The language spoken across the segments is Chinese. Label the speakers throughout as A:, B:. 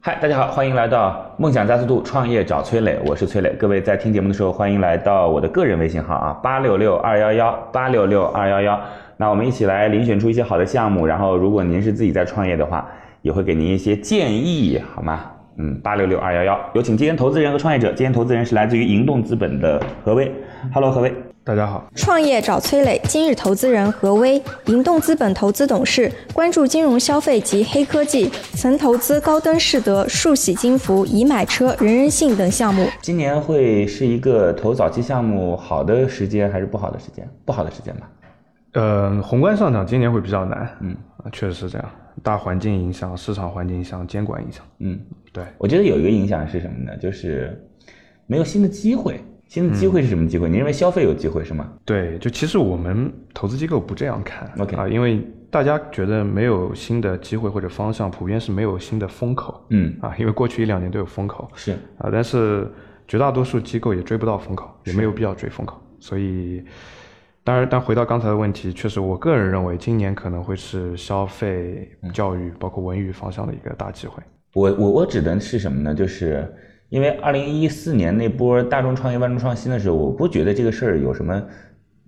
A: 嗨，大家好，欢迎来到梦想加速度创业找崔磊，我是崔磊。各位在听节目的时候，欢迎来到我的个人微信号啊，八六六二幺幺八六六二幺幺。那我们一起来遴选出一些好的项目，然后如果您是自己在创业的话，也会给您一些建议，好吗？嗯，八六六二幺幺。有请今天投资人和创业者，今天投资人是来自于银动资本的何威。Hello，何威。
B: 大家好，
C: 创业找崔磊，今日投资人何威，银动资本投资董事，关注金融消费及黑科技，曾投资高登士德、数喜金服、已买车、人人信等项目。
A: 今年会是一个投早期项目好的时间还是不好的时间？不好的时间吧。
B: 呃，宏观上讲，今年会比较难，
A: 嗯
B: 啊，确实是这样，大环境影响、市场环境影响、监管影响，
A: 嗯，
B: 对，
A: 我觉得有一个影响是什么呢？就是没有新的机会。新的机会是什么机会？你认为消费有机会是吗？
B: 对，就其实我们投资机构不这样看
A: OK
B: 啊，因为大家觉得没有新的机会或者方向，普遍是没有新的风口
A: 嗯，
B: 啊，因为过去一两年都有风口
A: 是。
B: 啊，但是绝大多数机构也追不到风口，也没有必要追风口，所以。当然，但回到刚才的问题，确实，我个人认为今年可能会是消费、
A: 嗯
B: 教育，包括文娱方向的一个大机会。
A: 我我我指的是什么呢？就是因为二零一四年那波大众创业、万众创新的时候，我不觉得这个事儿有什么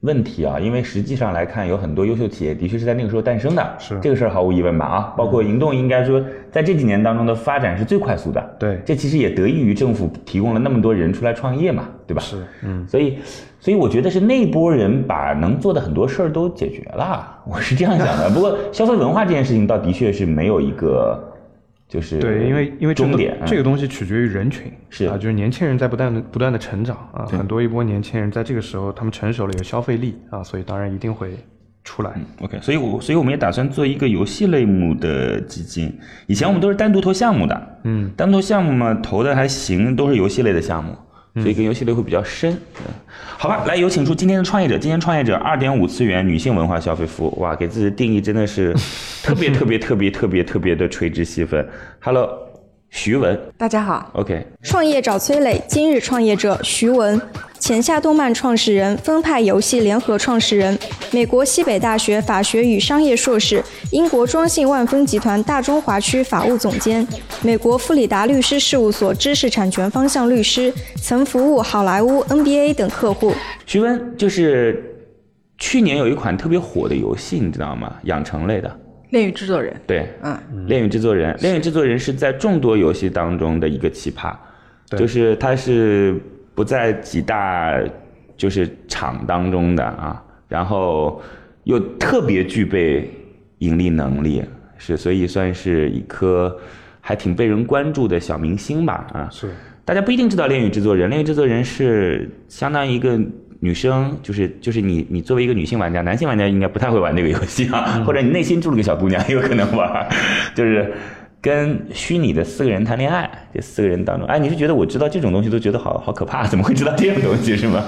A: 问题啊，因为实际上来看，有很多优秀企业的确是在那个时候诞生的，
B: 是
A: 这个事儿毫无疑问吧啊，包括银动应该说在这几年当中的发展是最快速的，
B: 对
A: 这其实也得益于政府提供了那么多人出来创业嘛，对吧？
B: 是，嗯，
A: 所以，所以我觉得是那波人把能做的很多事儿都解决了，我是这样想的。不 过，消费文化这件事情倒的确是没有一个，就是
B: 对，因为因为这
A: 呃终
B: 个东
A: 点嗯
B: 这个
A: 个
B: 东西取决于人群，
A: 是
B: 啊，就是年轻人在不断的不断的成长啊，
A: 对
B: 很多一波年轻人在这个时候他们成熟了，有消费力啊，所以当然一定会出来。
A: OK，所以我所以我们也打算做一个游戏类目的基金。以前我们都是单独投项目的，
B: 嗯，
A: 单独投项目嘛投的还行，都是游戏类的项目，所以跟游戏类会比较深。嗯好吧，来有请出今天的创业者。今天创业者二点五次元女性文化消费服务，哇，给自己的定义真的是特别特别特别特别特别的垂直细分。Hello，徐文
C: 大家好，
A: ，OK，
C: 创业找崔磊，今日创业者徐文，前夏动漫创始人，分派游戏联合创始人，美国西北大学法学与商业硕士，英国庄信万丰集团大中华区法务总监，美国富里达律师事务所知识产权方向律师，曾服务好莱坞、NBA 等客户。
A: 徐文就是去年有一款特别火的游戏，你知道吗？养成类的，
D: 恋与制作人，
A: 对，
D: 嗯，
A: 恋与制作人，恋与制作人是在众多游戏当中的一个奇葩，
B: 对
A: 就是它是不在几大就是厂当中的啊，然后又特别具备盈利能力，是所以算是一颗还挺被人关注的小明星吧啊，
B: 是，
A: 大家不一定知道《恋与制作人》，《恋与制作人》是相当于一个女生，就是就是你你作为一个女性玩家，男性玩家应该不太会玩这个游戏
D: 嗯
A: 啊，或者你内心住了个小姑娘，有可能玩，就是跟虚拟的四个人谈恋爱，这四个人当中，哎，你是觉得我知道这种东西都觉得好好可怕，怎么会知道这种东西是 吗？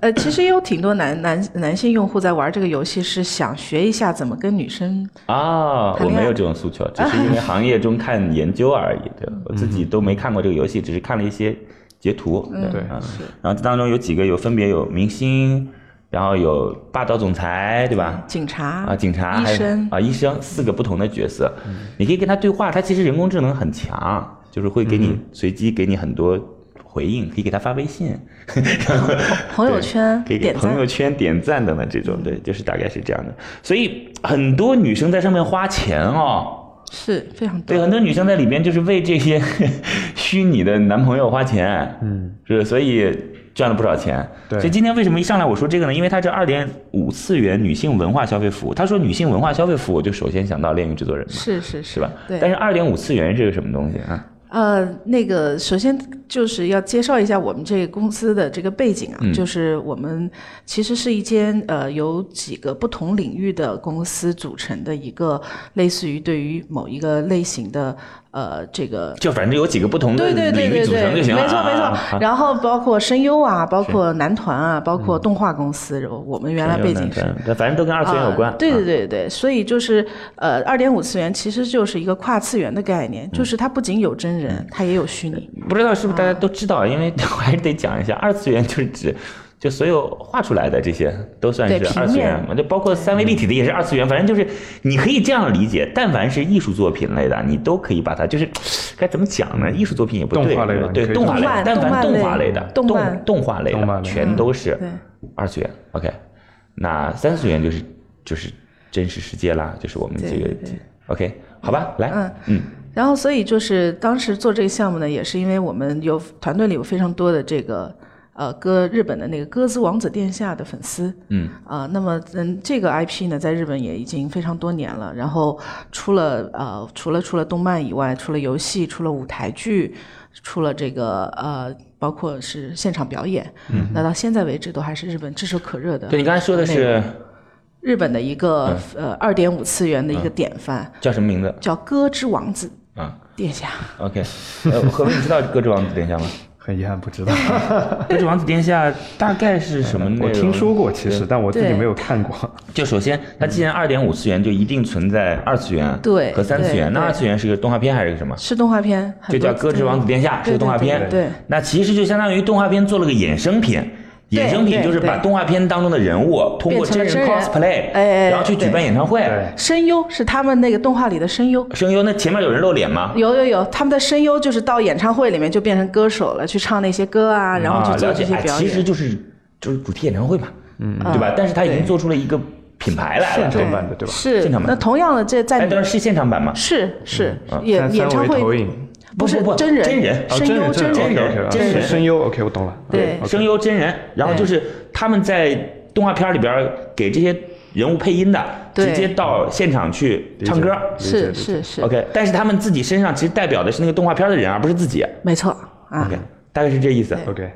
D: 呃，其实也有挺多男男男性用户在玩这个游戏，是想学一下怎么跟女生。
A: 啊，
D: 谈
A: 我
D: 恋爱
A: 没有这种诉求，只是因为行业中看研究而已。 对，我自己都没看过这个游戏，只是看了一些截图。
B: 对
A: 嗯，然后这当中有几个有分别有明星，然后有霸道总裁，对吧？
D: 警察
A: 啊，警察，
D: 嗯医
A: 还有
D: 生嗯
A: 啊，医生，四个不同的角色，你可以跟他对话，他其实人工智能很强，就是会给
D: 嗯
A: 你随机给你很多回应，可以给他发微信，然后
D: 朋友
A: 对
D: 圈
A: 可以给
D: 点赞
A: 朋友圈点赞等等这种，对，就是大概是这样的。所以很多女生在上面花钱哦，
D: 是非常
A: 对，啊
D: 多。
A: 很多女生在里边就是为这些 虚拟的男朋友花钱，
B: 嗯，
A: 是，所以赚了不少钱。
B: 对
A: 所以今天为什么一上来我说这个呢？因为它这二点五次元女性文化消费服务，他说女性文化消费服务，我就首先想到恋与制作人嘛，
D: 是是
A: 是吧？
D: 对。
A: 但是二点五次元是个什么东西啊？
D: 呃，那个首先就是要介绍一下我们这个公司的这个背景啊，
A: 嗯
D: 就是我们其实是一间呃由几个不同领域的公司组成的一个类似于对于某一个类型的呃这个
E: 就反正有几个不同的
D: 对对对
E: 领域嗯
D: 对
E: 组成就
D: 对，
E: 行了啊。
D: 没错没
E: 啊
D: 错。。然后包括声优啊，包括男团啊，包括动画公司，我们原来背
A: 啊
D: 景是
E: 反正反正都跟二次元有关。
D: 啊。对
E: 啊
D: 对对对，所以就是呃，二点五次元其实就是一个跨次元的概念，就是它不仅有
E: 嗯
D: 真人，它也有虚拟。
E: 不知道是不是大家都知道，因为
D: 嗯
E: 我还是得讲一下，二次元就是指就所有画出来的这些都算
D: 对
E: 是
D: 平
E: 二次元
D: 面
E: 嘛，就包括三维立体的也是二次元，反正就是你可以这样理解，但凡是艺术作品类的，你都可以把它就是 该怎么讲呢？艺术作品也不对，
B: 动画类吧
E: 对
B: 你可以
E: 动画类
D: 动，漫
E: 但凡
D: 动漫类
E: 动画类的
D: 动
E: 动
D: 漫
E: 动画类
B: 动
E: 的
B: 漫类
E: 全都是
D: 对
E: 二次元。OK，那三次元就是就是真实世界啦，就是我们这个
D: 对对
E: OK，好吧，来
D: 嗯，
E: 嗯，
D: 然后，所以就是当时做这个项目呢，也是因为我们有团队里有非常多的这个呃歌日本的那个歌之王子殿下的粉丝，
E: 嗯
D: 啊、那么嗯这个 IP 呢，在日本也已经非常多年了。然后除了呃除了除了动漫以外，除了游戏，除了舞台剧，除了这个呃包括是现场表演，嗯、那到现在为止都还是日本炙手可热的
E: 对你嗯刚才说的
D: 内
E: 是
D: 日本的一个、呃二点五次元的一个
E: 嗯
D: 典范，
E: 叫什么名字？
D: 叫歌之王子
E: 啊。
D: 殿下。
E: OK，呃，何文，你知道《歌之王子殿下》吗？
B: 很遗憾不知道，
A: 嗯
E: 《歌之王子殿下》大概是什么内容？
B: 我听说过其
A: 嗯
B: 实，但我自己
D: 对
B: 没有看过。
E: 就首先，它既然二点五次元，就一定存在二次元
D: 对
E: 和三次元。
D: 对
E: 那
D: 对
E: 二次元是个动画片还是个什么？
D: 是动画片，
E: 就
D: 很
E: 叫
D: 多
E: 《歌之王子殿下》，是
D: 对
E: 个动画片。
D: 对对对
E: 那其实就相当于动画片做了个衍生品。
D: 对
E: 衍生品
D: 对
E: 就是把
D: 对
E: 动画片当中的人物通过
D: 变成
E: 真
D: 了
E: 人
D: 真人
E: cosplay，
D: 哎哎
E: 然后去举
D: 对
E: 办演唱会。
B: 对
D: 声优是他们那个动画里的声优。
E: 声优，那前面有人露脸吗？
D: 有有有，他们的声优就是到演唱会里面就变成歌手了，去唱那些歌啊，然后
E: 啊，
D: 去做
E: 了
D: 这
E: 解，
D: 些
E: 哎
D: 表
E: 其实
D: 演。
E: 就是就是主题演唱会嘛，嗯，对吧
D: 嗯？
E: 但是他已经
D: 对
E: 做出了一个品牌来了，
B: 现
D: 对
B: 场版的对吧
D: 哎是
E: 现场版
D: 那同样的，这在
E: 哎，
D: 你
E: 当然是现场版嘛，
D: 是是
E: 嗯
B: 三
D: 演
B: 三
D: 演唱
B: 维投
D: 会
B: 影，
D: 不是
E: 不不
D: 真人
E: 真人
B: 啊，
D: 声
B: 真
D: 优
B: 人
D: 真
B: 真
E: 人
B: 人
E: 真人
B: 声优 OK，我懂了。
D: 对
B: OK
E: 声优真人，然后就是他们在动画片里边给这些人物配音的，
D: 对
E: 直接到现场去
B: 理解
E: 唱歌。
B: 理解
D: 是
B: 理解
D: 是是
E: OK，但是他们自己身上其实代表的是那个动画片的人，而不是自己。
D: 没错啊
E: OK，。大概是这意思。
B: OK，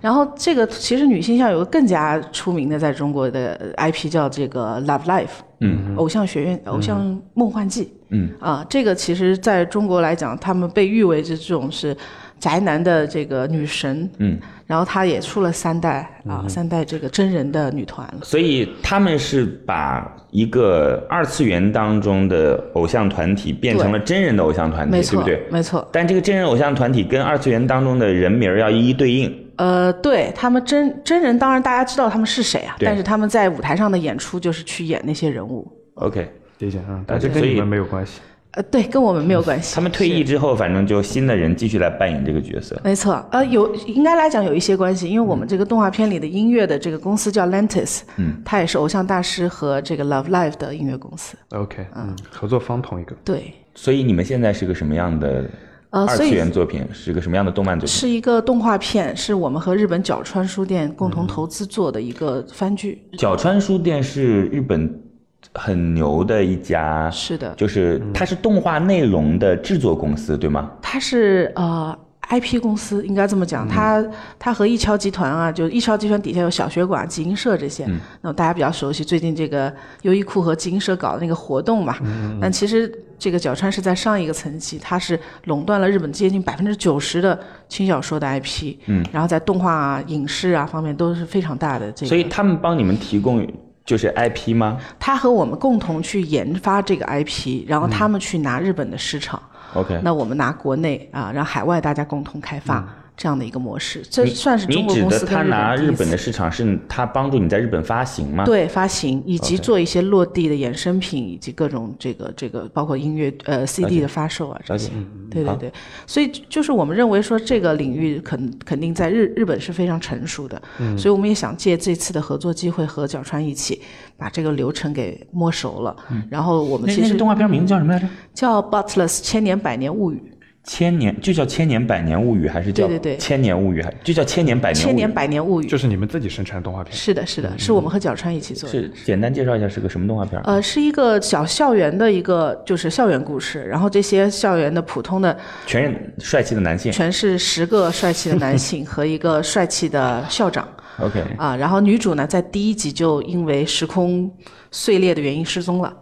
D: 然后这个其实女性向有个更加出名的，在中国的呃 IP 叫这个 Love Life，嗯，偶像学院、偶像梦幻季，嗯啊，这个其实在中国来讲，他们被誉为这种是宅男的这个女神，嗯，然后她也出了三代啊，三代这个真人的女团了，
E: 所以他们是把一个二次元当中的偶像团体变成了真人的偶像团体，
D: 没
E: 对
D: 错，
E: 不对？
D: 没错，
E: 但这个真人偶像团体跟二次元当中的人名儿要一一对应。
D: 呃，对他们真真人，当然大家知道他们是谁啊，
E: 对
D: 但是他们在舞台上的演出就是去演那些人物，
E: OK，
B: 理解嗯，但这
E: 所
B: 跟
E: 以
B: 你们没有关系。
D: 呃，对，跟我们没有关系，
E: 他们退
D: 是
E: 役之后，反正就新的人继续来扮演这个角色。
D: 没错，呃，有应该来讲有一些关系，因为
E: 嗯
D: 我们这个动画片里的音乐的这个公司叫 Lantis，嗯，它也是偶像大师和这个 Love Live 的音乐公司，
B: OK，嗯，合作方同一个。
D: 对，
E: 所以你们现在是个什么样的
D: 呃
E: 二
D: 所
E: 次
D: 以
E: 元作品？是个什么样的动漫作品？
D: 是一个动画片，是我们和日本角川书店共
E: 嗯
D: 同投资做的一个番剧，
E: 角川书店是日本很牛的一家，
D: 是的，
E: 就是它是动画内容的制作公司，对吗？
D: 它是呃 IP 公司，应该这么
E: 嗯
D: 讲，它它和一桥集团啊，就一桥集团底下有小学馆、集英社这
E: 嗯
D: 些，那么大家比较熟悉最近这个优衣库和集英社搞的那个活
E: 嗯
D: 动嘛。但其实这个角川是在上一个层级，它是垄断了日本接近百分之九十的轻小说的 IP，嗯，然后在动画啊、影视啊方面都是非常大的这个。
E: 所以他们帮你们提供就是 IP 吗
D: 它和我们共同去研发这个 IP，然后
E: 嗯
D: 他们去拿日本的市场。
E: ？OK，
D: 那我们拿国内啊，让海外大家共同开发这样的一个模式，这算是
E: 嗯你
D: 中国
E: 指
D: 公
E: 的
D: 司跟
E: 他拿
D: 日
E: 日
D: 本第
E: 本
D: 一
E: 的
D: 次
E: 市场是他帮助你在日本发行吗？，
D: 对发行，以及做一些落地的衍生品，以及各种这个这个包括音乐呃 CD 的发售啊这
E: 了解
D: 些。对对对，所以就是我们认为说这个领域肯肯定在日日本是非常成熟的，
E: 嗯
D: 所以我们也想借这次的合作机会和角川一起把这个流程给摸熟了。然后我
E: 嗯
D: 们
E: 那
D: 其
E: 那个
D: 实
E: 动画片名字叫什么来着？
D: 叫《Butler's 千年百年物语》。
E: 千年就叫《千年百年物语》，还是叫
D: 对对对
E: 千年物语》？还就叫《千年百年物语》。
D: 千年百年物语
B: 就是你们自己生产的动画片，
D: 是的，是的，是我们和角川一起做
E: 嗯
D: 的。
E: 是简单介绍一下是个什么动画片儿？
D: 呃，是一个小校园的一个就是校园故事，然后这些校园的普通的
E: 全是帅气的男性。
D: 全是十个帅气的男性和一个帅气的校长
E: OK，
D: 啊，然后女主呢在第一集就因为时空碎裂的原因失踪了，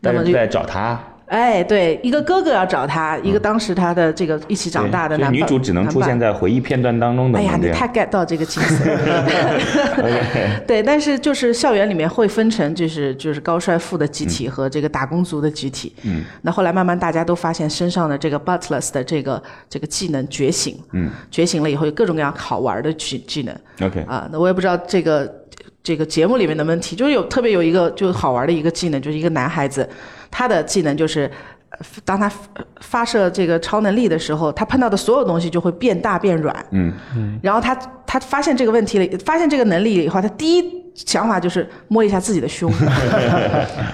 D: 那
E: 但
D: 么
E: 是
D: 就
E: 在找他，
D: 哎，对，一个哥哥要找他，一个当时他的这个一起长大的
E: 所以
D: 男伴
E: 嗯女主只能出现
D: 男伴
E: 在回忆片段当中的
D: 哎
E: 嘛。
D: 呀，你
E: 对吧
D: 太 get 到这个情思 了。 对，但是就是校园里面会分成，就是就是高帅富的集体和这个打工族的集体。嗯，那后来慢慢大家都发现身上的这个 butlers 的这个这个技能觉醒。嗯，觉醒了以后有各种各样好玩的技技能
E: OK，
D: 啊。那我也不知道这个这个节目里面的问题，就是有特别有一个就好玩的一个技能，就是一个男孩子他的技能就是。呃当他发发射这个超能力的时候，他碰到的所有东西就会变大变软。
E: 嗯，
D: 然后他他发现这个问题了，发现这个能力以后，他第一想法就是摸一下自己 的胸，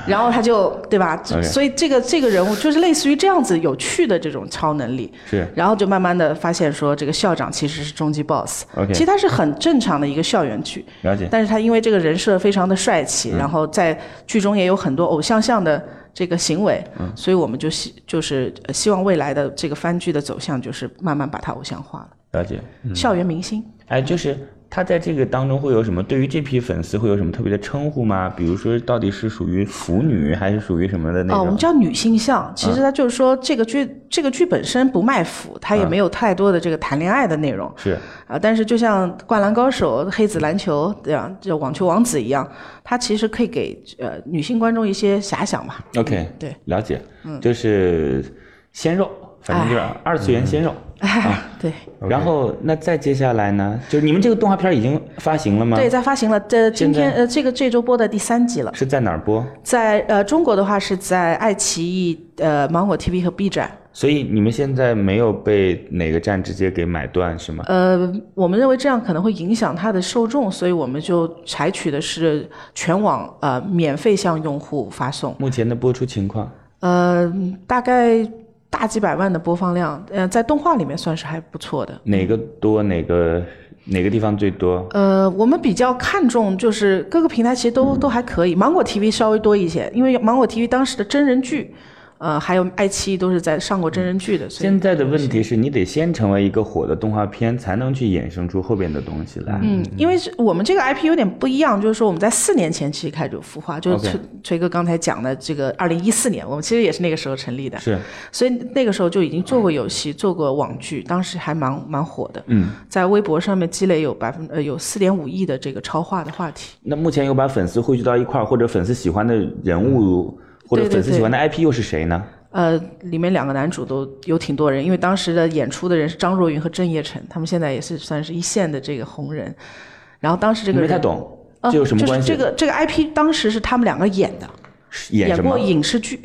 D: 然后他就对吧
E: OK
D: 所以这个这个人物就是类似于这样子有趣的这种超能力，
E: 是
D: 然后就慢慢的发现说这个校长其实是终极 BOSS，、
E: OK
D: 其实他是很正常的一个校园剧，
E: 了解。
D: 但是他因为这个人设非常的帅气，
E: 嗯
D: 然后在剧中也有很多偶像向的这个行为，
E: 嗯
D: 所以我们就希就是呃希望未来的这个番剧的走向就是慢慢把它偶像化了。
E: 了解。
D: 校园明星，
E: 哎，就是他在这个当中会有什么？对于这批粉丝会有什么特别的称呼吗？比如说，到底是属于腐女还是属于什么的那嗯
D: 哦，我
E: 种？
D: 们叫女性向，其实它就是说这个剧、这个剧本身不卖腐，它
E: 嗯
D: 也没有太多的这个谈恋爱的内容。
E: 是
D: 啊，但是就像《灌篮高手》《黑子篮球》对吧，就《网球王子》一样，它其实可以给呃女性观众一些遐想吧。
E: OK，
D: 嗯对，
E: 了解。就是鲜肉，反正就是二次元鲜肉。啊
D: 哎，对
E: 然后，那再接下来呢？就是你们这个动画片已经发行了吗？
D: 对，，在发行了，这
E: 现
D: 今天
E: 在
D: 呃这个这周播的第三集了，
E: 是在哪儿播？
D: 在呃中国的话是在爱奇艺、呃芒果 TV 和 B 站。
E: 所以你们现在没有被哪个站直接给买断是吗？
D: 呃，我们认为这样可能会影响它的受众，所以我们就采取的是全网呃免费向用户发送，
E: 目前的播出情况，
D: 呃，大概大几百万的播放量，呃，在动画里面算是还不错的。
E: 哪个多，哪个哪个地方最多？
D: 呃，我们比较看重就是各个平台其实都都还可以，芒果 TV 稍微多一些，因为芒果 TV 当时的真人剧，呃，还有爱奇艺都是在上过真人剧的，所以
E: 现在的问题是你得先成为一个火的动画片，才能去衍生出后边的东西来。
D: 嗯，因为是我们这个 IP 有点不一样，就是说我们在四年前其实开始有孵化，就是
E: OK
D: 崔崔哥刚才讲的这个二零一四年，我们其实也是那个时候成立的，
E: 是
D: 所以那个时候就已经做过游戏，做过网剧，当时还蛮蛮火的，
E: 嗯，
D: 在微博上面积累有百分呃有四点五亿的这个超话的话题，
E: 那目前有把粉丝汇聚到一块儿，或者粉丝喜欢的人物，或者
D: 嗯对对
E: 粉丝喜欢的
D: 对
E: IP 又是谁呢？
D: 呃，里面两个男主都有挺多人，因为当时的演出的人是张若昀和郑业成，他们现在也是算是一线的这个红人，然后当时这
E: 你
D: 个
E: 没太
D: 人。
E: 懂，
D: 呃
E: 这有什么
D: 就是
E: 关系？
D: 这个这个 IP 当时是他们两个演的，
E: 演什
D: 过
E: 么？
D: 影视剧。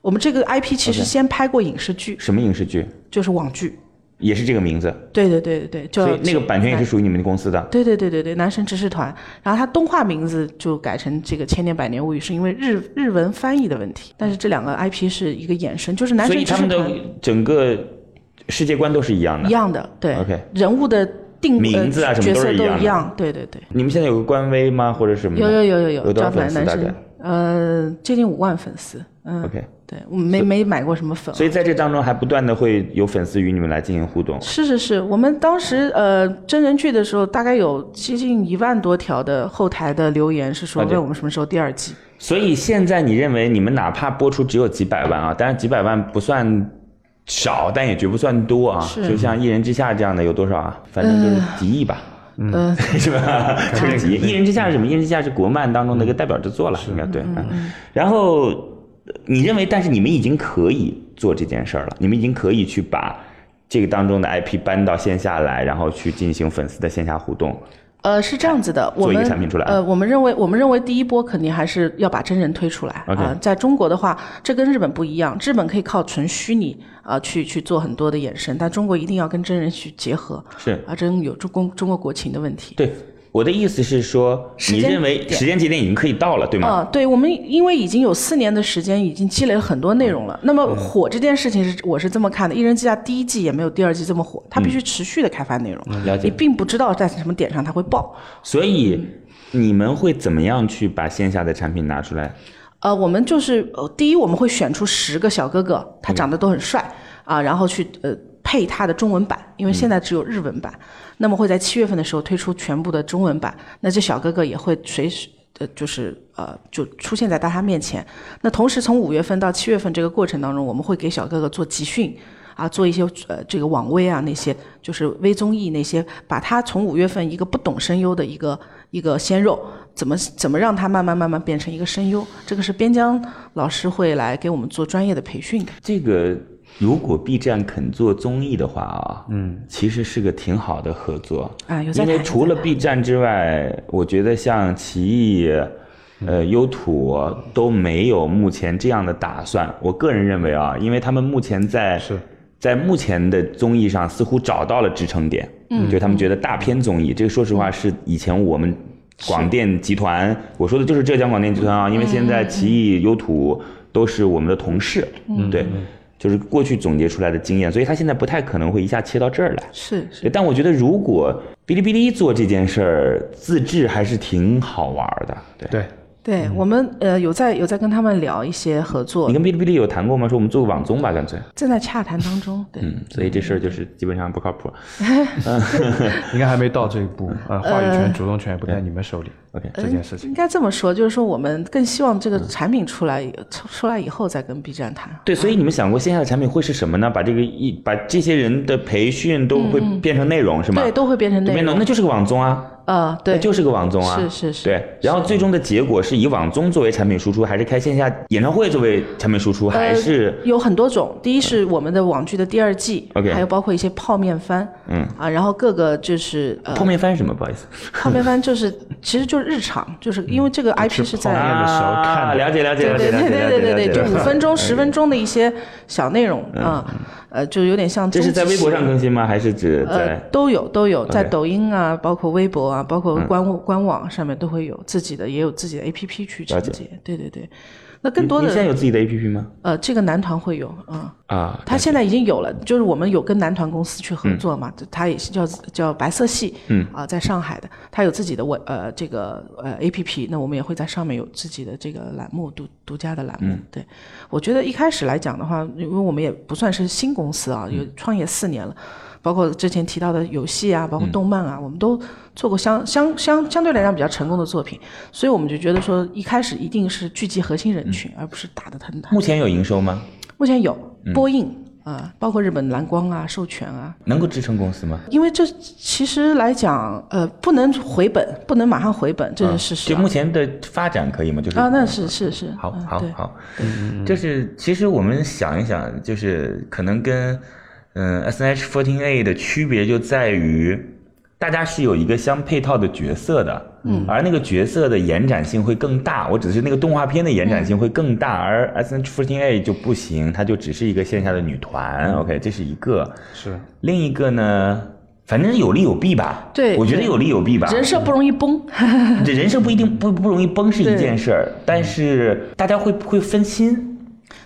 D: 我们这个 IP 其实先拍过影视剧，
E: 什么影视剧？
D: 就是网剧。
E: 也是这个名字，
D: 对对对对对，就
E: 所以那个版权也是。属于你们公司的。
D: 对对对对对，男神执事团。然后它动画名字就改成这个《千年百年物语》，是因为日日文翻译的问题。但是这两个 IP 是一个衍生，就是男
E: 所以
D: 神执
E: 他
D: 事
E: 们
D: 团
E: 的整个世界观都是一样
D: 一
E: 的。
D: 样的，对
E: OK
D: 人物的定
E: 名字啊
D: 呃
E: 什么
D: 角
E: 都是
D: 色
E: 一样的
D: 一样，对对对。
E: 你们现在有个官微吗？或者什么的？
D: 有有有有
E: 有多少
D: 招
E: 粉
D: 男
E: 丝
D: 男
E: 大概
D: 神，呃，接近五万粉丝，嗯
E: OK
D: 对，我们没没买过什么粉，
E: 所以在这当中还不断的会有粉丝与你们来进行互动。
D: 是是是，我们当时呃真人剧的时候，大概有接近一万多条的后台的留言是说
E: 了解
D: 问我们什么时候第二季。
E: 所以现在你认为你们哪怕播出只有几百万啊，当然几百万不算少，但也绝不算多啊。
D: 是呃
E: 就像《一人之下》这样的有多少啊？反正就是几亿吧。
D: 嗯，
E: 是吧？就是几亿。一人之下是什么？一人之下是国漫当中的一个代表之作了，应该对。嗯然后呃你认为，但是你们已经可以做这件事儿了，你们已经可以去把这个当中的 IP 搬到线下来，然后去进行粉丝的线下互动。
D: 呃，是这样子的，我
E: 做一
D: 们
E: 个产品出来啊
D: 呃，我们认为我们认为第一波肯定还是要把真人推出来啊、
E: OK
D: 在中国的话，这跟日本不一样，日本可以靠纯虚拟啊、去去做很多的衍生，但中国一定要跟真人去结合。
E: 是
D: 啊，真有中国中国国情的问题。
E: 对，我的意思是说，
D: 时
E: 你
D: 间
E: 认为
D: 点
E: 时间节点已经可以到了，对吗？
D: 啊，对，我们因为已经有四年的时间，已经积累了很多内
E: 嗯
D: 容了。那么火这件事情是我是这么看的，《一人之下》第一季也没有第二季这么火，它
E: 嗯
D: 必须持续的开发内容。
E: 了解
D: 你并不知道在什么点上它会爆。
E: 所以你们会怎么样去把线下的产品拿出来？
D: 呃，我们就是呃，第一我们会选出十个小哥哥，他长得都很帅啊，然后去呃配他的中文版，因为现在只有日文版。那么会在七月份的时候推出全部的中文版，那这小哥哥也会随时呃，就是呃，就出现在大家面前。那同时，从五月份到七月份这个过程当中，我们会给小哥哥做集训，啊，做一些呃这个网微啊那些，就是微综艺那些，把他从五月份一个不懂声优的一个一个鲜肉，怎么怎么让他慢慢慢慢变成一个声优，这个是边疆老师会来给我们做专业的培训的。
E: 这个如果 B 站肯做综艺的话啊，嗯，其实是个挺好的合作
D: 啊有在
E: 因为
D: 谈
E: 除了 B 站之外，我觉得像奇异。呃，优土都没有目前这样的打算。我个人认为啊，因为他们目前在
B: 是
E: 在目前的综艺上似乎找到了支撑点，嗯，就他们觉得大片综艺，这个说实话是以前我们广电集团，我说的就是浙江广电集团啊，因为现在奇艺、优土都是我们的同事，嗯，对，就是过去总结出来的经验，所以他现在不太可能会一下切到这儿来。
D: 是是，
E: 对，但我觉得如果哔哩哔哩做这件事儿，自制还是挺好玩儿的。对，
B: 对，
D: 对、我们呃有在有在跟他们聊一些合作
E: 你，跟哔哩哔哩有谈过吗？说我们做个网综吧，干脆。
D: 正在洽谈当中。对，
E: 嗯，所以这事儿就是基本上不靠谱。
B: 应该还没到这一步，呃，话语权、主动权也不在你们手里。
E: OK
B: 这件事情
D: 应该这么说，就是说我们更希望这个
E: 嗯
D: 产品出来以出出来以后再跟 B 站谈。
E: 对，所以你们想过线下的产品会是什么呢？把这个一把这些人的培训都会变成内容、是吗？
D: 嗯对，都会变成
E: 都
D: 内
E: 变
D: 容
E: 成，那。就是个网综啊，
D: 呃，对，
E: 那就是个网综啊，
D: 是是是
E: 对，然后最终的结果是以网综作为产品输出，还是开线下演唱会作为产品输
D: 呃
E: 出，还是
D: 有很多种。第一是我们的网剧的第二季
E: OK
D: 还有包括一些泡面番，嗯啊，然后各个就 是呃
E: 泡面番什么？不好意思，
D: 泡面番就是其实就是日常，就是因为这个 IP 是在
B: 泡面的时候看
E: 啊，
B: 的
E: 了解了解
D: 对
E: 了解
D: 对
E: 了
D: 对
E: 解了解
D: 对对对，就
E: 了解
D: 五分钟、十分钟的一些小内容
E: 嗯
D: 啊，呃，就有点像
E: 这是在微博上
D: 终极系列
E: 更新吗？还是指
D: 呃
E: 在？
D: 都有都有，在
E: OK 嗯
D: 抖音啊，包括微博啊，包括官网官网上面都会有自己的，也有自己的 APP 去承
E: 了解
D: 接。对对对，那更多
E: 你你现在
D: 的
E: 有自己的 APP 吗？
D: 呃，这个男团会有啊。
E: 啊，
D: 他现在已经有了，就是我们有跟男团公司去合作嘛，他也是叫叫白色系，嗯啊、在上海的，他有自己的我呃这个呃 A P P，那我们也会在上面有自己的这个栏目独独家的栏目。对，我觉得一开始来讲的话，因为我们也不算是新公司啊，有创业四年了。包括之前提到的游戏啊，包括动漫啊，我们都做过相相相相对来讲比较成功的作品，所以我们就觉得说，一开始一定是聚集核心人群，而不是打得很大。
E: 目前有营收吗？
D: 目前有
E: 嗯
D: 播映啊、包括日本蓝光啊、授权啊，
E: 能够支撑公司吗？
D: 因为这其实来讲，呃，不能回本，不能马上回本，这是事实
E: 就
D: 啊。
E: 目前的发展可以吗？就是
D: 啊，那是是是，
E: 好
D: 嗯
E: 好
D: 对
E: 好，就是其实我们想一想，就是可能跟嗯 S N H fourteen A 的区别就在于，大家是有一个相配套的角色的，嗯，而那个角色的延展性会更大。我只是那个动画片的延展性
D: 嗯
E: 会更大，而 S N H fourteen A 就不行，它就只是一个线下的女
D: 嗯
E: 团。OK，这是一个，
B: 是
E: 另一个呢，反正有利有弊吧。
D: 对
E: 我觉得
D: 对
E: 有利有弊吧。
D: 人设不容易崩，
E: 这人设不一定不不容易崩是一
D: 对
E: 件事儿，但是大家会会分心，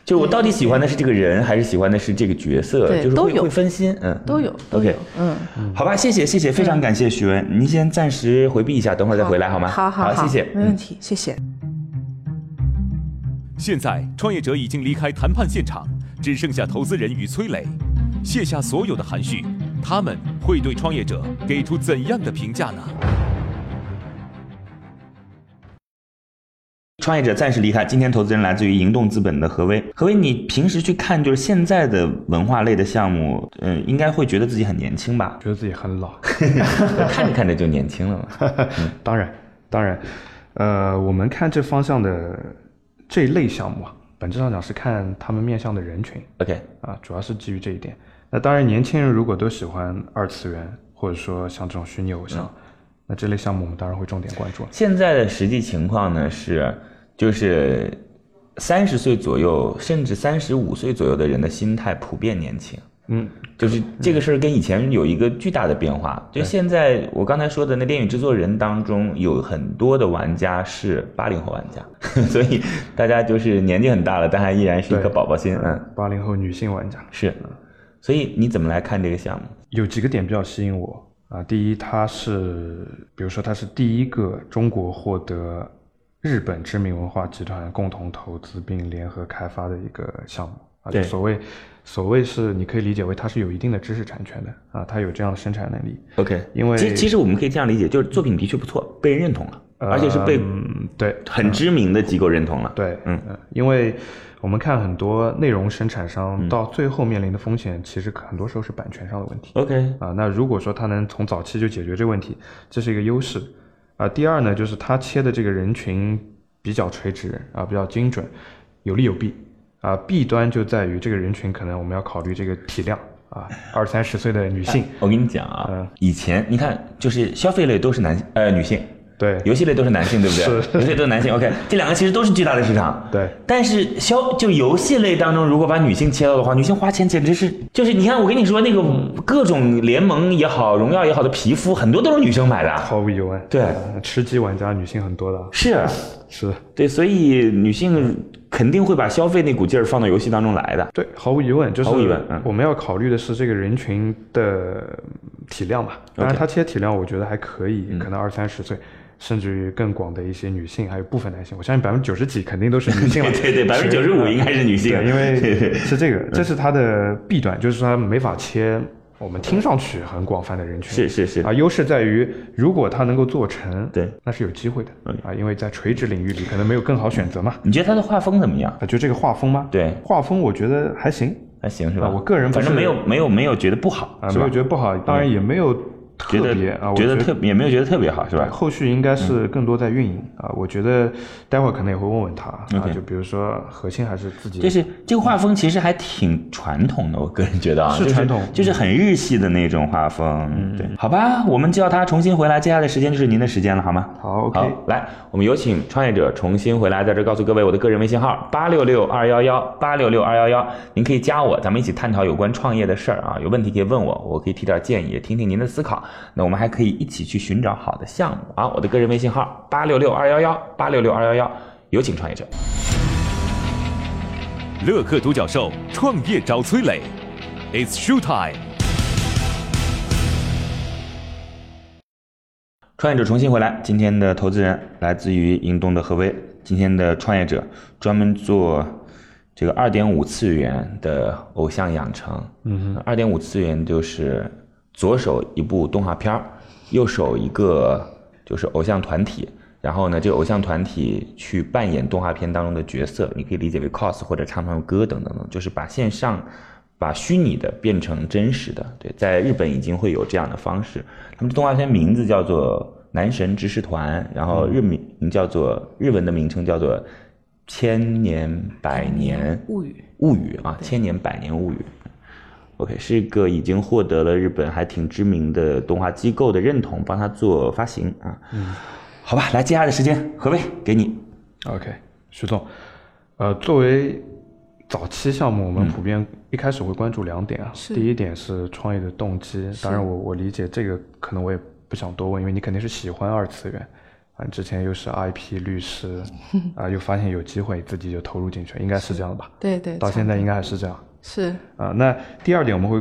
E: 就是我到底喜欢的是这个人，还是喜欢的是这个角色，
D: 对
E: 就是
D: 都
E: 会
D: 有
E: 会分心，嗯，
D: 都有都有
E: OK，
D: 嗯，
E: 好吧，谢谢谢谢，非常感谢徐文，您先暂时回避一下，等会儿再回来好吗？
D: 好
E: 好，
D: 好，
E: 谢嗯谢，
D: 没问题，谢谢。
A: 现在，创业者已经离开谈判现场，只剩下投资人与崔磊，卸下所有的含蓄，他们会对创业者给出怎样的评价呢？
E: 创业者暂时离开。今天投资人来自于盈动资本的何威。何威，你平时去看就是现在的文化类的项目，嗯、应该会觉得自己很年轻 吧？
B: 觉得自己很老，
E: 看着看着就年轻了嘛。
B: 当然，当然，呃，我们看这方向的这一类项目啊，本质上讲是看他们面向的人群
E: OK，
B: 啊，主要是基于这一点。那当然，年轻人如果都喜欢二次元，或者说像这种虚拟偶像，那这类项目我们当然会重点关注了。
E: 现在的实际情况呢是，就是三十岁左右，甚至三十五岁左右的人的心态普遍年轻。
B: 嗯，
E: 就是这个事儿跟以前有一个巨大的变化。就现在我刚才说的那电影制作人当中，有很多的玩家是八零后玩家， 所以大家就是年纪很大了，但还依然是一颗
B: 对嗯
E: 宝宝心。嗯，
B: 八零后女性玩家
E: 是。所以你怎么来看这个项目？
B: 有几个点比较吸引我啊，第一，它是，比如说它是第一个中国获得日本知名文化集团共同投资并联合开发的一个项目啊，
E: 对
B: 就所谓所谓是你可以理解为它是有一定的知识产权的啊，它有这样的生产能力，
E: OK，
B: 因为
E: 其其实我们可以这样理解，就是作品的确不错，被人认同了。而且是被
B: 呃嗯对
E: 很知名的机构认同了。
B: 对，
E: 嗯
B: 呃，因为我们看很多内容生产
E: 嗯
B: 商到最后面临的风险，其实很多时候是版权上的问题。
E: OK，
B: 啊，那如果说它能从早期就解决这个问题，这是一个优势。啊，第二呢，就是它切的这个人群比较垂直啊，比较精准，有利有弊。啊，弊端就在于这个人群可能我们要考虑这个体量啊，二三十岁的女性，
E: 我跟你讲啊
B: 嗯，
E: 以前你看就是消费类都是男呃女性，
B: 对
E: 游戏类都是男性，对不对？游戏类都是男性。OK，这两个其实都是巨大的市场。
B: 对
E: 但是消就游戏类当中，如果把女性切到的话，女性花钱简直是就是你看，我跟你说那个各种联盟也好，荣耀也好的皮肤，很多都是女生买的。
B: 毫无疑问，
E: 对
B: 啊吃鸡玩家女性很多的啊，
E: 是，
B: 是的。
E: 对，所以女性肯定会把消费那股劲儿放到游戏当中来的。
B: 对，毫无疑问，就是
E: 毫无疑问嗯
B: 我们要考虑的是这个人群的体量吧。当然，它切体量我觉得还可以，
E: 嗯
B: 可能二三十岁，甚至于更广的一些女性，还有部分男性。我相信百分之九十几肯定都是女性了。
E: 对 对，百分之九十五应该是女嗯性，
B: 对，因为是这个，这是它的弊端，就是说它没法切我们听上去很广泛的人群。
E: 是是是
B: 啊，优势在于如果它能够做成，
E: 对，嗯
B: 那是有机会的啊，因为在垂直领域里可能没有更好选择嘛。
E: 你觉得她的画风怎么样？
B: 啊，就这个画风吗？
E: 对
B: 画风我觉得还行，
E: 还行是吧？
B: 啊我个人不
E: 反正
B: 是
E: 没有没有没有觉得不好，
B: 啊，
E: 是
B: 没
E: 吧
B: 有？觉得不好，当然也没有
E: 觉
B: 特
E: 得
B: 别啊，我
E: 觉得特嗯也没有觉得特别好，是吧？
B: 后续应该是更多在运营啊，我觉得待会儿可能也会问问他啊
E: OK
B: 就比如说核心还是自己，
E: 就是这个画风其实还挺传统的，我个人觉得啊，
B: 是
E: 就是
B: 传统嗯
E: 就是很日系的那种画风。对，好吧，我们叫他重新回来，接下来时间就是您的时间了，好吗？
B: 好，OK
E: 好，来，我们有请创业者重新回来，在这告诉各位我的个人微信号八六六二幺幺八六六二幺幺，您可以加我，咱们一起探讨有关创业的事儿啊，有问题可以问我，我可以提点建议，也听听您的思考。那我们还可以一起去寻找好的项目啊，我的个人微信号八六六二幺幺八六六二幺幺，有请创业者。
A: 乐客独角兽创业找崔磊，It's show time。
E: 创业者重新回来，今天的投资人来自于银东的何威。今天的创业者专门做这个二点五次元的偶像养成。嗯哼，二点五次元就是左手一部动画片儿，右手一个就是偶像团体。然后呢，这个偶像团体去扮演动画片当中的角色，你可以理解为 cos 或者唱唱歌等等等，就是把线上把虚拟的变成真实的。对，在日本已经会有这样的方式。他们这动画片名字叫做《男神执事团》，然后日名叫做日文的名称叫做《千年百年
D: 物语，
E: 物语》啊，《千年百年物语》。OK，是一个已经获得了日本还挺知名的动画机构的认同，帮他做发行啊。嗯，好吧，来接下来的时间，何威给你。
B: OK，徐总，呃，作为早期项目，我
E: 嗯
B: 们普遍一开始会关注两点啊。
D: 是
B: 第一点是创业的动机，当然我我理解这个可能我也不想多问，因为你肯定是喜欢二次元啊，之前又是 IP 律 师啊，又发现有机会自己就投入进去，应该是这样的吧？
D: 对对，
B: 到
D: 差
B: 现
D: 不
B: 在
D: 多
B: 应该还是这样。
D: 是
B: 啊、那第二点我们会，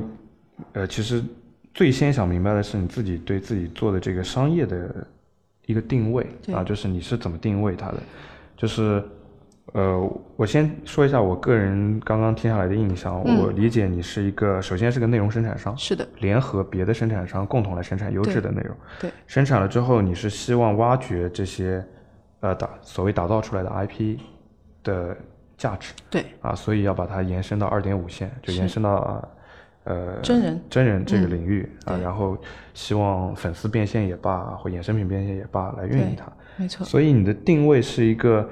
B: 呃，其实最先想明白的是你自己对自己做的这个商业的一个定位
D: 对
B: 啊，就是你是怎么定位它的，就是。呃，我先说一下我个人刚刚听下来的印象，我理解你是一个，首先是个内容生产商，
D: 是的，
B: 联合别的生产商共同来生产优质的内容。
D: 对，
B: 生产了之后，你是希望挖掘这些，呃，打所谓打造出来的 IP 的价值。
D: 对，
B: 啊，所以要把它延伸到二点五线，就延伸到呃
D: 真人
B: 真人这个领域、啊，
D: 对
B: 然后希望粉丝变现也罢，或衍生品变现也罢，来运营
D: 对
B: 它。
D: 没错，
B: 所以你的定位是一个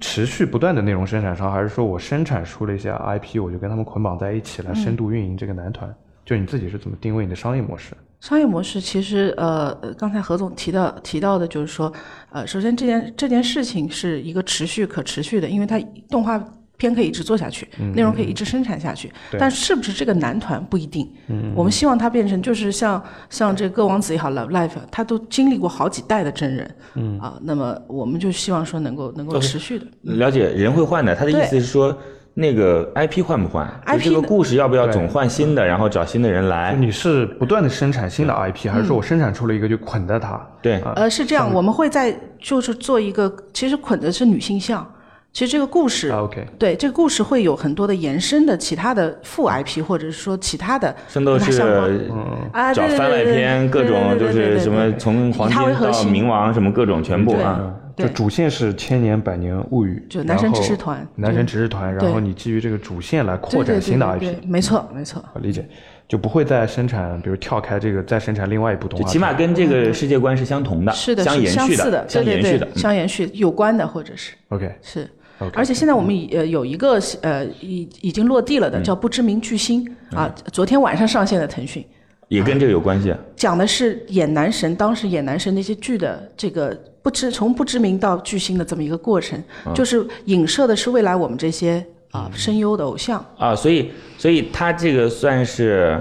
B: 持续不断的内容生产商，还是说我生产出了一些 IP，我就跟他们捆绑在一起来深
D: 嗯
B: 度运营这个男团？就你自己是怎么定位你的商业模式？
D: 商业模式其实呃，呃刚才何总提到提到的就是说，呃，首先这件这件事情是一个持续可持续的，因为它动画片可以一直做下去，内容可以一直生产下去，但是不是这个男团不一定。我们希望它变成就是像像这个歌王子也好，Love Live，他都经历过好几代的真人，嗯啊、那么我们就希望说能够能够持续的。
E: 了解，人会换的。他的意思是说，那个 IP 换不换
D: IP
E: 就这个
D: 呢
E: 故事要不要总换新的，
D: 嗯
E: 然后找新的人来
B: 就？你是不断的生产新的 IP，还是说
D: 嗯
B: 我生产出了一个就捆在它？
E: 对，
D: 呃，是这样，我们会在就是做一个，其实捆的是女性像，其实这个故事
B: 啊，OK，
D: 对这个故事会有很多的延伸的其他的副 IP，或者是说其他的
E: 圣斗士
D: 跟它相
B: 嗯
D: 啊，
E: 找
D: 对对
E: 番外
D: 对对
E: 篇，各种就
D: 对对对
E: 是
D: 对对
E: 什么从黄
D: 以它为
E: 金
D: 核
E: 到
D: 心
E: 冥王什么各种全部啊。
B: 就
D: 对
B: 主线是千年百年物语，
D: 就男神
B: 然后
D: 指示团
B: 男神指示团，
D: 对
B: 然后你基于这个主线来
D: 对
B: 扩
D: 对
B: 展
D: 对
B: 新的
D: 对
B: IP，
D: 对没错没错，
B: 我理解，就不会再生产，比如跳开这个再生产另外一部动
E: 就
B: 画
E: 起
B: 片，
E: 码跟这个世界观是相同的，
D: 是的，
E: 啊相
D: 是
E: 延
D: 相
E: 续
D: 似的，对
E: 相
D: 对
E: 延
D: 对
E: 续的，嗯
D: 相延续有关的，或者是
B: OK
D: 是。
B: OK，
D: 而且现在我
E: 嗯
D: 们已呃有一个呃已已经落地了的叫不知名巨星
E: 嗯
D: 啊，昨天晚上上线的腾讯，
E: 也跟这个有关系。
D: 讲的是演男神，当时演男神那些剧的这个不知从不知名到巨星的这么一个过程，就是影射的是未来我们这些啊声优的偶像。
E: 啊，所以所以他这个算是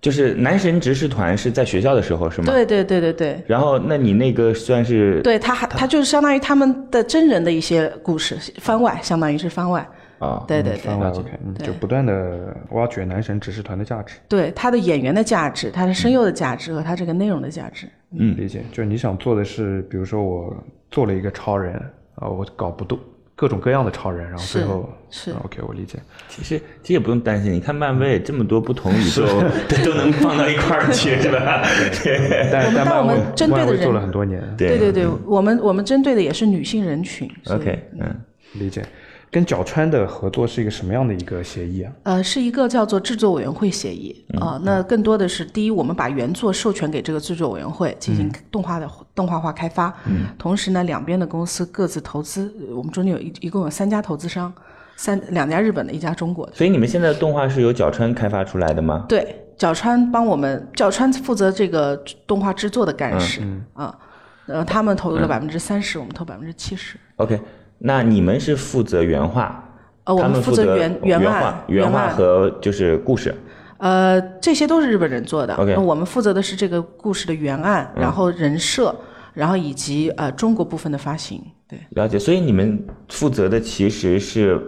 E: 就是男神执事团是在学校的时候是吗？。
D: 对对对对对，
E: 然后，那你那个算是
D: 对他还他就是相当于他们的真人的一些故事番外，相当于是番外。
E: 啊，
D: 对对对
B: 番外 OK，嗯就不断的挖掘男神指示团的价值，
D: 对他的演员的价值，他的声优的价值和他这个内容的价值。
E: 嗯
B: 理解，就是你想做的是，比如说我做了一个超人啊，我搞不动各种各样的超人，然后最
D: 是
B: 后
D: 是
B: 啊 OK，我理解，
E: 其实其实也不用担心，你看漫威这么多不同宇宙都都能放到一块儿去，是吧？对
B: 但
D: 我们
B: 但
D: 但我
B: 漫
D: 们
B: 威
D: 针对
B: 漫
D: 的
B: 威做
D: 人
B: 了很多年，
D: 对对对，我们我们针对的也是女性人群。所以
E: OK，嗯，
B: 理解。跟角川的合作是一个什么样的一个协议啊？
D: 呃，是一个叫做制作委员会协议
E: 嗯
D: 啊、那更多的是，第一，我们把原作授权给这个制作委员会进
E: 嗯
D: 行动画的、动画化开发，同时呢，两边的公司各自投资，呃我们中间有一一共有三家投资商，三两家日本的，一家中国的。
E: 所以你们现在的动画是由角川开发出来的吗？
D: 对，角川帮我们，角川负责这个动画制作的干事
E: 嗯
D: 啊、呃，他们投入了百分之三十，我们投百分之七十。
E: OK，那你们是负责原画，
D: 呃，我
E: 他
D: 们
E: 们
D: 负
E: 负
D: 责
E: 原
D: 原原
E: 画
D: 案、、
E: 原画
D: 案
E: 和就是故事。
D: 呃，这些都是日本人做的。
E: OK
D: 那我们负责的是这个故事的原案，然后人设，然后以及呃中国部分的发行。对，
E: 了解，所以你们负责的其实是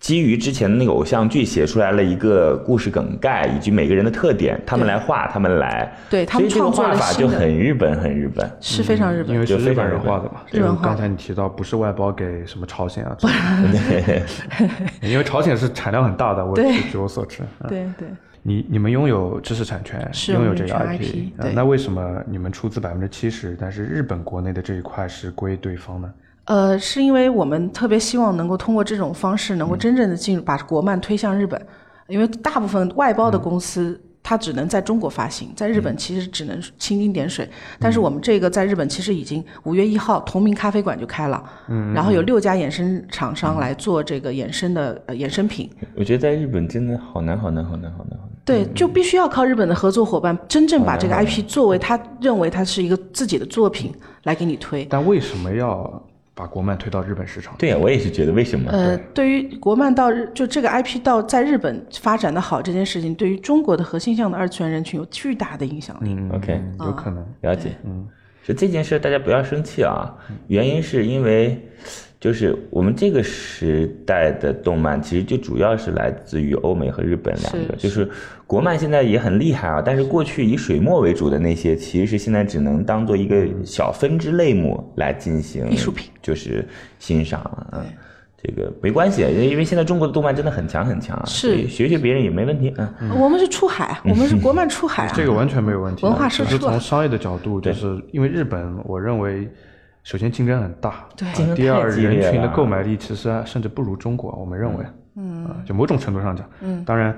E: 基于之前的那个偶像剧写出来了一个故事梗概，以及每个人的特点，他们来画，他们来，
D: 对他们
E: 所以这个
D: 创作
E: 画
D: 了
E: 法
D: 新
E: 就
D: 的
E: 很日本，很日本。
D: 是非常日
B: 嗯
D: 本
B: 因为
D: 的。
B: 是
E: 就
B: 日
E: 非常
B: 本人
E: 日本
B: 画的嘛，
D: 日本
B: 就
D: 画
B: 刚
D: 的
B: 才你提到不是外包给什么朝鲜啊之类 的，因为朝鲜是产量很大的，我
D: 对
B: 据我所知，嗯
D: 对对，
B: 你你们拥有知识产权，
D: 是
B: 拥
D: 我
B: 有
D: 们
B: 这个
D: 有权
B: IP，
D: IP
B: 呃
D: 对
B: 那为什么你们出资百分之七十，但是日本国内的这一块是归对方呢？
D: 呃，是因为我们特别希望能够通过这种方式，能够真正的进入把国漫推向日本，因为大部分外包的公司。它只能在中国发行，在日本其实只能蜻蜓点水。但是我们这个在日本其实已经五月一号同名咖啡馆就开了，嗯，然后有六家衍生厂商来做这个衍生的呃衍生品，
E: 我觉得在日本真的好难，好难，好难，好难，好难。
D: 对，就必须要靠日本的合作伙伴，真正把这个 IP 作为他认为它是一个自己的作品来给你推。
B: 但为什么要把国漫推到日本市场？
E: 对呀、我也是觉得，为什么？
D: 呃，对于国漫到日，就这个 IP 到在日本发展的好这件事情，对于中国的核心向的二次元人群有巨大的影响力。
B: 嗯
E: OK
B: 有可能。
D: 啊
E: 了解，嗯，就这件事大家不要生气啊，原因是因为就是我们这个时代的动漫其实就主要是来自于欧美和日本两个，
D: 是
E: 就是国漫现在也很厉害啊，但是过去以水墨为主的那些，其实现在只能当做一个小分支类目来进行
D: 艺术品，
E: 就是欣赏啊。嗯这个没关系，啊因为现在中国的动漫真的很强很强啊，
D: 是
E: 所以学学别人也没问题啊。
D: 我们是出海啊，我们是国漫出海啊。
B: 这个完全没有问题。
D: 文化输
B: 只
D: 出啊
B: 是从商业的角度，就是因为日本，我认为首先竞争很大，
D: 对
B: 啊
D: 竞
E: 争
B: 第
E: 太
B: 二，
E: 激烈
B: 人群的
E: 了
B: 购买力其实啊甚至不如中国，我们认为，嗯，就某种程度上讲，嗯，当然，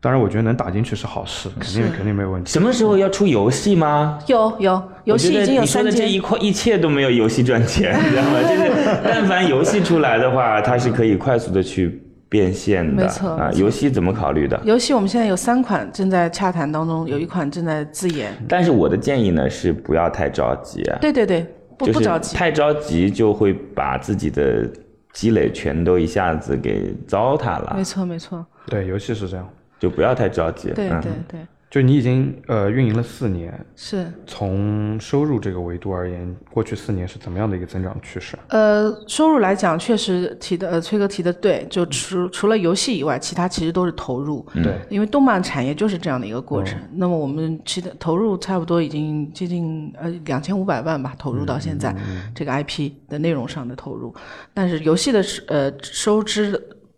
B: 当然，我觉得能打进去是好事，肯定肯定没有问题。
E: 什么时候要出游戏吗？
D: 有有，游戏已经有
E: 我觉
D: 三
E: 得你说的这一
D: 阶。
E: 块一切都没有游戏赚钱，你知道吗？ 就是但凡游戏出来的话，它是可以快速的去变现的。
D: 没错
E: 啊，
D: 没错
E: 游戏怎么考虑的？
D: 游戏我们现在有三款正在洽谈当中，有一款正在自研。
E: 但是我的建议呢是不要太着急，啊
D: 对对对，不
E: 就是
D: 不着急。
E: 太着急就会把自己的积累全都一下子给糟蹋
D: 没
E: 了，
D: 错没错，
B: 对，游戏是这样。
E: 就不要太着急。
D: 对
E: 嗯
D: 对对。
B: 就你已经呃运营了四年，
D: 是。
B: 从收入这个维度而言，过去四年是怎么样的一个增长趋势？
D: 呃，收入来讲，确实提的，呃，崔哥提的对，就除除了游戏以外，其他其实都是投入，
B: 对，
D: 因为动漫产业就是这样的一个过程。那么我们其的投入差不多已经接近呃两千五百万吧，投入到现在、这个 IP 的内容上的投入，但是游戏的是呃收支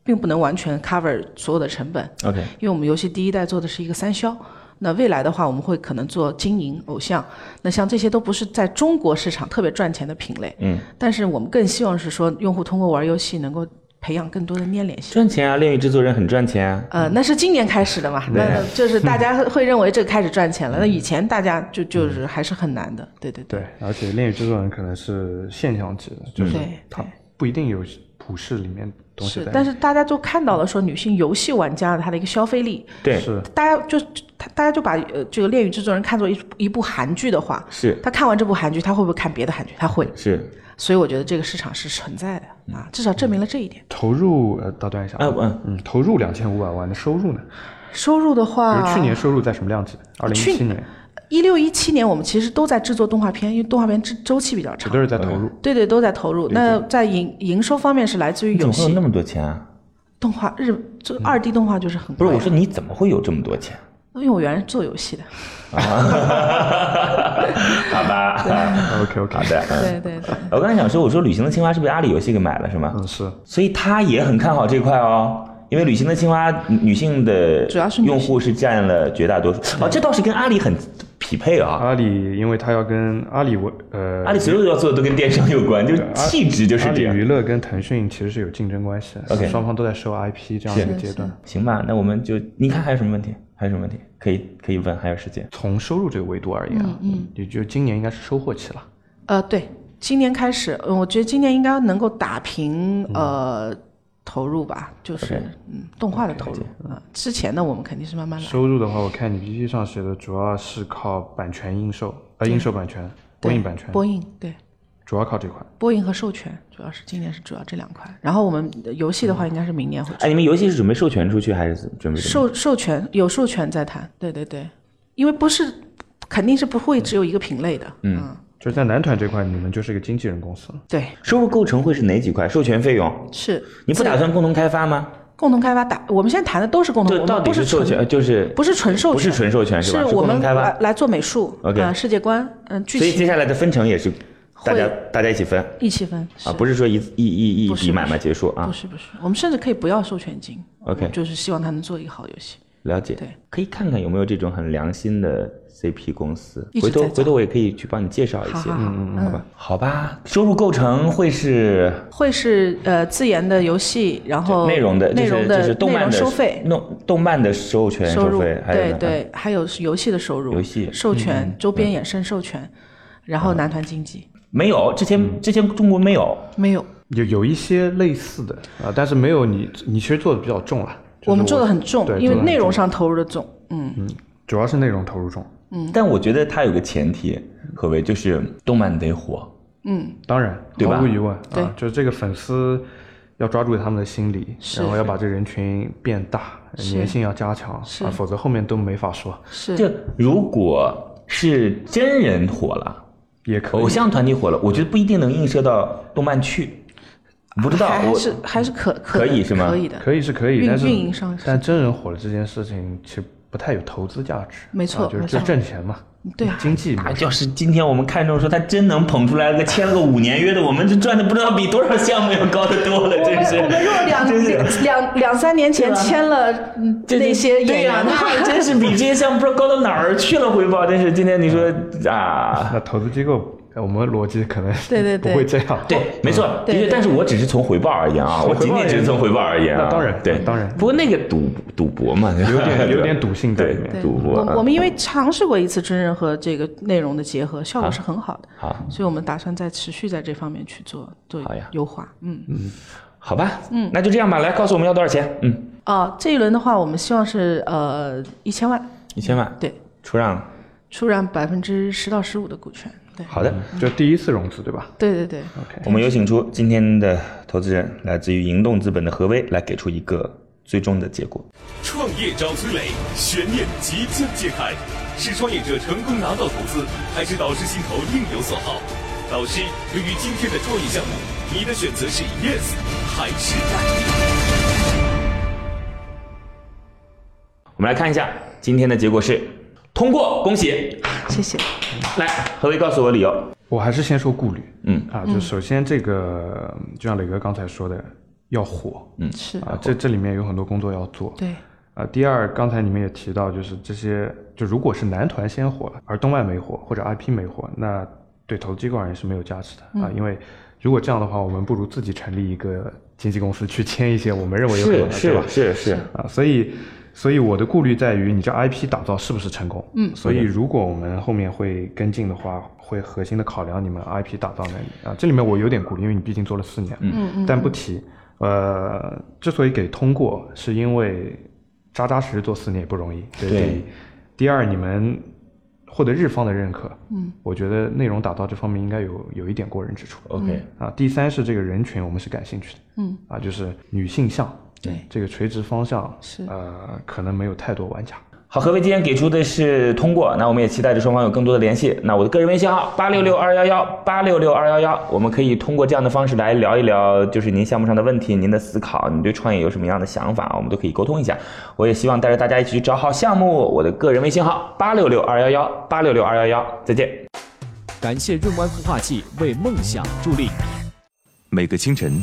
D: 并不能完全 cover 所有的成本，
E: OK，
D: 因为我们游戏第一代做的是一个三消。那未来的话，我们会可能做经营、偶像，那像这些都不是在中国市场特别赚钱的品类。
E: 嗯，
D: 但是我们更希望是说，用户通过玩游戏能够培养更多的粘连性。
E: 赚钱啊，恋与制作人很赚钱啊。
D: 呃，那是今年开始的嘛，那就是大家会认为这个开始赚钱了。那以前大家就就是还是很难的，对对
B: 对，而且恋与制作人可能是现象级的，就是
D: 对
B: 它
D: 对
B: 不一定有普世里面东西
D: 是
B: 在。，
D: 但是大家就看到了说女性游戏玩家的她的一个消费力，
E: 对，
B: 是
D: 大家就他大家就把呃这个《恋与制作人》看作一一部韩剧的话，
E: 是
D: 他看完这部韩剧，他会不会看别的韩剧？他会，
E: 是，
D: 所以我觉得这个市场是存在
E: 嗯
D: 的啊，至少证明了这一点。
B: 投入呃，打断一下
D: 哎
E: 啊嗯
B: 嗯，投入两千五百万的收入呢？
D: 收入的
B: 比
D: 话，
B: 如去年收入在什么量级？二零
D: 啊去
B: 一七年，
D: 一六一七年，我们其实都在制作动画片，因为动画片周周期比较
B: 这
D: 长
B: 都，是在投入。
D: 对对，都在投入。那在营营收方面是来自于
E: 你怎
D: 游
E: 么会有
D: 戏
E: 那、么多钱啊？
D: 动画、日这二 D 动画就是很
E: 不是，
D: 贵
E: 我说你怎么会有这么多钱？
D: 因为我原来是做游戏的，
E: 好吧，
B: OK OK，
E: 好的。嗯
D: 对对对，
E: 我刚才想说，我说《旅行的青蛙》是被阿里游戏给买了，是吗？
B: 嗯是。
E: 所以他也很看好这块哦。因为旅行的青蛙女性的
D: 主要是女性
E: 用户是占了绝大多数，哦，这倒是跟阿里很匹配啊。
B: 阿里，因为它要跟阿里文呃，
E: 阿里所有要做的都跟电商有关，就是
B: 阿
E: 气质就是
B: 阿
E: 这
D: 啊
E: 样。
B: 里娱乐跟腾讯其实是有竞争关系
E: OK
B: 双方都在收 IP 这样的一个阶段。
E: 行吧，那我们就你看还有什么问题？还有什么问题可以可以问？还有时间。
B: 从收入这个维度而言啊，嗯，也就今年应该是收获期了。
D: 呃，对，今年开始，呃我觉得今年应该能够打平呃投入吧，就是
E: 嗯 OK
D: 嗯动画的投入啊、之前呢，我们肯定是慢慢来。
B: 收入的话，我看你 PPT 上写的主要是靠版权应售，呃，应售版权、播
D: 对
B: 映版权，
D: 播映对。
B: 主要靠这块。
D: 播映和授权主要是今年是主要这两块，然后我们呃游戏的话应该是明年会出、
E: 哎，你们游戏是准备授权出去还是准备怎么
D: 授授权有授权在谈，对对对，因为不是肯定是不
E: 嗯
D: 会只有一个品类的，嗯，
B: 就是在男团这块，你们就是一个经纪人公司了。
D: 对，
E: 收入构成会是哪几块？授权费用，
D: 是
E: 你不打算共同开发吗？
D: 共同开发打，我们现在谈的都是共同，
E: 对，
D: 我
E: 到
D: 们
E: 底
D: 不是
E: 授
D: 纯
E: 权，就是
D: 不是纯授权，
E: 不是纯授权是
D: 是
E: 吧？是
D: 我
E: 共
D: 们
E: 同开
D: 来
E: 发，
D: 来做美术
E: OK
D: 啊世界观，嗯、剧
E: 所以接
D: 情
E: 下来的分成也是大家大家一起分
D: 一起分
E: 啊，不是说一一一一
D: 不是
E: 笔买卖结束
D: 不
E: 啊。
D: 是不是，我们甚至可以不要授权金
E: OK
D: 就是希望他能做一个好游戏。
E: 了解，
D: 对，
E: 可以看看有没有这种很良心的 CP 公司
D: 一。直
E: 回头
D: 在找
E: 回头我也可以去帮你介绍一
D: 好
E: 些，嗯
D: 好好，嗯
E: 好吧？好吧，收入构成会是
D: 会是呃自研的游戏，然后
E: 内容的，就
D: 哦内
E: 是
D: 容
E: 就
D: 的
E: 是动漫
D: 内容
E: 的
D: 收费。
E: 弄动漫的授权
D: 收入
E: 费，还有
D: 对
E: 呢
D: 对，还有是游戏的收入，
E: 游戏嗯
D: 授权、周边衍生授权，然后男团经济
E: 没有，之
D: 嗯
E: 前之前中国没有，
D: 没有，
B: 有有一些类似的啊、但是没有你，你其实做的比较重了。就是
D: 我们做的很重
B: 对，
D: 因为
B: 做得很
D: 内容上投入的重，嗯，
B: 主要是内容投入重。
E: 但我觉得它有个前提，何为就是动漫得火，
B: 当然，
E: 对吧
B: 毫无疑问，
D: 对
B: 啊，就是这个粉丝要抓住他们的心理，
D: 是
B: 然后要把这人群变大，粘性要加强，啊，否则后面都没法说。
D: 是
E: 就如果是真人火了，
B: 也可以
E: 偶像团体火了，我觉得不一定能映射到动漫去，不知道
D: 还还
E: 我
D: 是还是可
E: 可以是吗
D: 可以的，
B: 可以是可以，
D: 运
B: 但是
D: 运营上是
B: 但真人火了这件事情其实不太有投资价值，
D: 没错
B: 啊就是
D: 没
B: 就
D: 错
B: 挣钱嘛，
D: 对啊
B: 经济嘛
E: 啊，，要是今天我们看中说他真能捧出来个签了个五年约的，我们这赚的不知道比多少项目要高的多了，
D: 我
E: 真
D: 们
E: 是。
D: 哎我们若两
E: 真是
D: 两两两三年前
E: 对吧
D: 签了嗯
E: 这
D: 那些
E: 对
D: 演
E: 呀、
D: 员啊的话，
E: 那真是比这些项目不知道高到哪儿去了，回报真是。今天你说啊，
B: 那投资机构呃我们逻辑可能
D: 对对对
B: 不会这样，哦
E: 对，没错，的
D: 对
E: 确，
D: 对
E: 但是我只是从回报而言啊，我仅仅只是从回报而言啊。
B: 那当然
E: 对，
B: 当然
E: 不过那个赌赌博嘛，有
B: 有点有点赌性 在
E: 对
B: 里面。
D: 对，
E: 赌博
D: 我
E: 啊。
D: 我们因为尝试过一次真人和这个内容的结合，效果是很好的，
E: 好，
D: 所以我们打算再持续在这方面去做做
E: 好呀
D: 优化，嗯。
E: 好吧，嗯，那就这样吧。来，告诉我们要多少钱？嗯，
D: 啊，这一轮的话，我们希望是呃一千万，
E: 一千万，
D: 对，
E: 出让。
D: 出让百分之十到十五的股权，对，
E: 好的，
B: 就第一次融资对吧？
D: 对对对，
E: 我们有请出今天的投资人，来自于银动资本的何威，来给出一个最终的结果。
A: 创业找崔磊，悬念即将揭开，是创业者成功拿到投资，还是导师心头另有所好？导师，对于今天的创业项目，你的选择是 yes 还是 no？
E: 我们来看一下今天的结果是通过，恭喜！
D: 谢谢。
E: 来，何为告诉我理由？
B: 我还是先说顾虑，
E: 嗯
B: 啊，就首先这个，就像磊哥刚才说的，要火
E: 嗯
D: 是，
B: 啊，这这里面有很多工作要做，
D: 对，
B: 啊，第二，刚才你们也提到，就是这些，就如果是男团先火了，而动漫没火或者 IP 没火，那对投资机构而言是没有价值的、啊，因为如果这样的话，我们不如自己成立一个经纪公司去签一些我们认为有可能的，对吧？
E: 是是，
B: 啊，所以，所以我的顾虑在于你这 IP 打造是不是成功？嗯，所以如果我们后面会跟进的话，会核心的考量你们 IP 打造能力啊。这里面我有点顾虑，因为你毕竟做了四年，嗯嗯，但不提。呃，之所以给通过，是因为扎扎实实做四年也不容易，这是
E: 对
B: 第一。第二，你们获得日方的认可，嗯，我觉得内容打造这方面应该有有一点过人之处。
E: OK，
B: 啊，第三是这个人群，我们是感兴趣的，
D: 嗯，
B: 啊，就是女性向，
D: 对
B: 这个垂直方向
D: 是
B: 呃，可能没有太多玩家。
E: 好，何为今天给出的是通过，那我们也期待着双方有更多的联系。那我的个人微信号八六六二幺幺八六六二幺幺，我们可以通过这样的方式来聊一聊，就是您项目上的问题、您的思考、你对创业有什么样的想法，我们都可以沟通一下。我也希望带着大家一起去找好项目。我的个人微信号八六六二幺幺八六六二幺幺，再见。
F: 感谢润湾孵化器为梦想助力。
A: 每个清晨，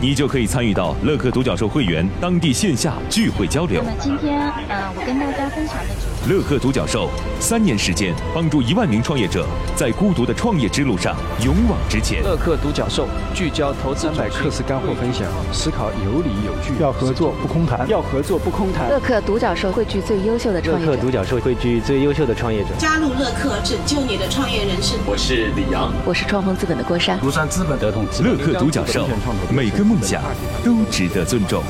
A: 你就可以参与到乐客独角兽会员当地线下聚会交流
G: 那。么今天，呃，我跟大家分享的主题
A: 乐客独角兽三年时间，帮助一万名创业者在孤独的创业之路上勇往直前。
F: 乐客独角兽聚焦投资三百课时干货分享，思考有理有据，要合作不空谈，要合作不空谈。
H: 乐客独角兽汇聚最优秀的创业者。
I: 角兽汇聚最优秀的创业者。
J: 加入乐客，拯救你的创业人生。
K: 我是李阳，
H: 我是创丰资本的郭珊。
K: 庐山资本德同
A: 乐客独角兽，每个梦想都值得尊重。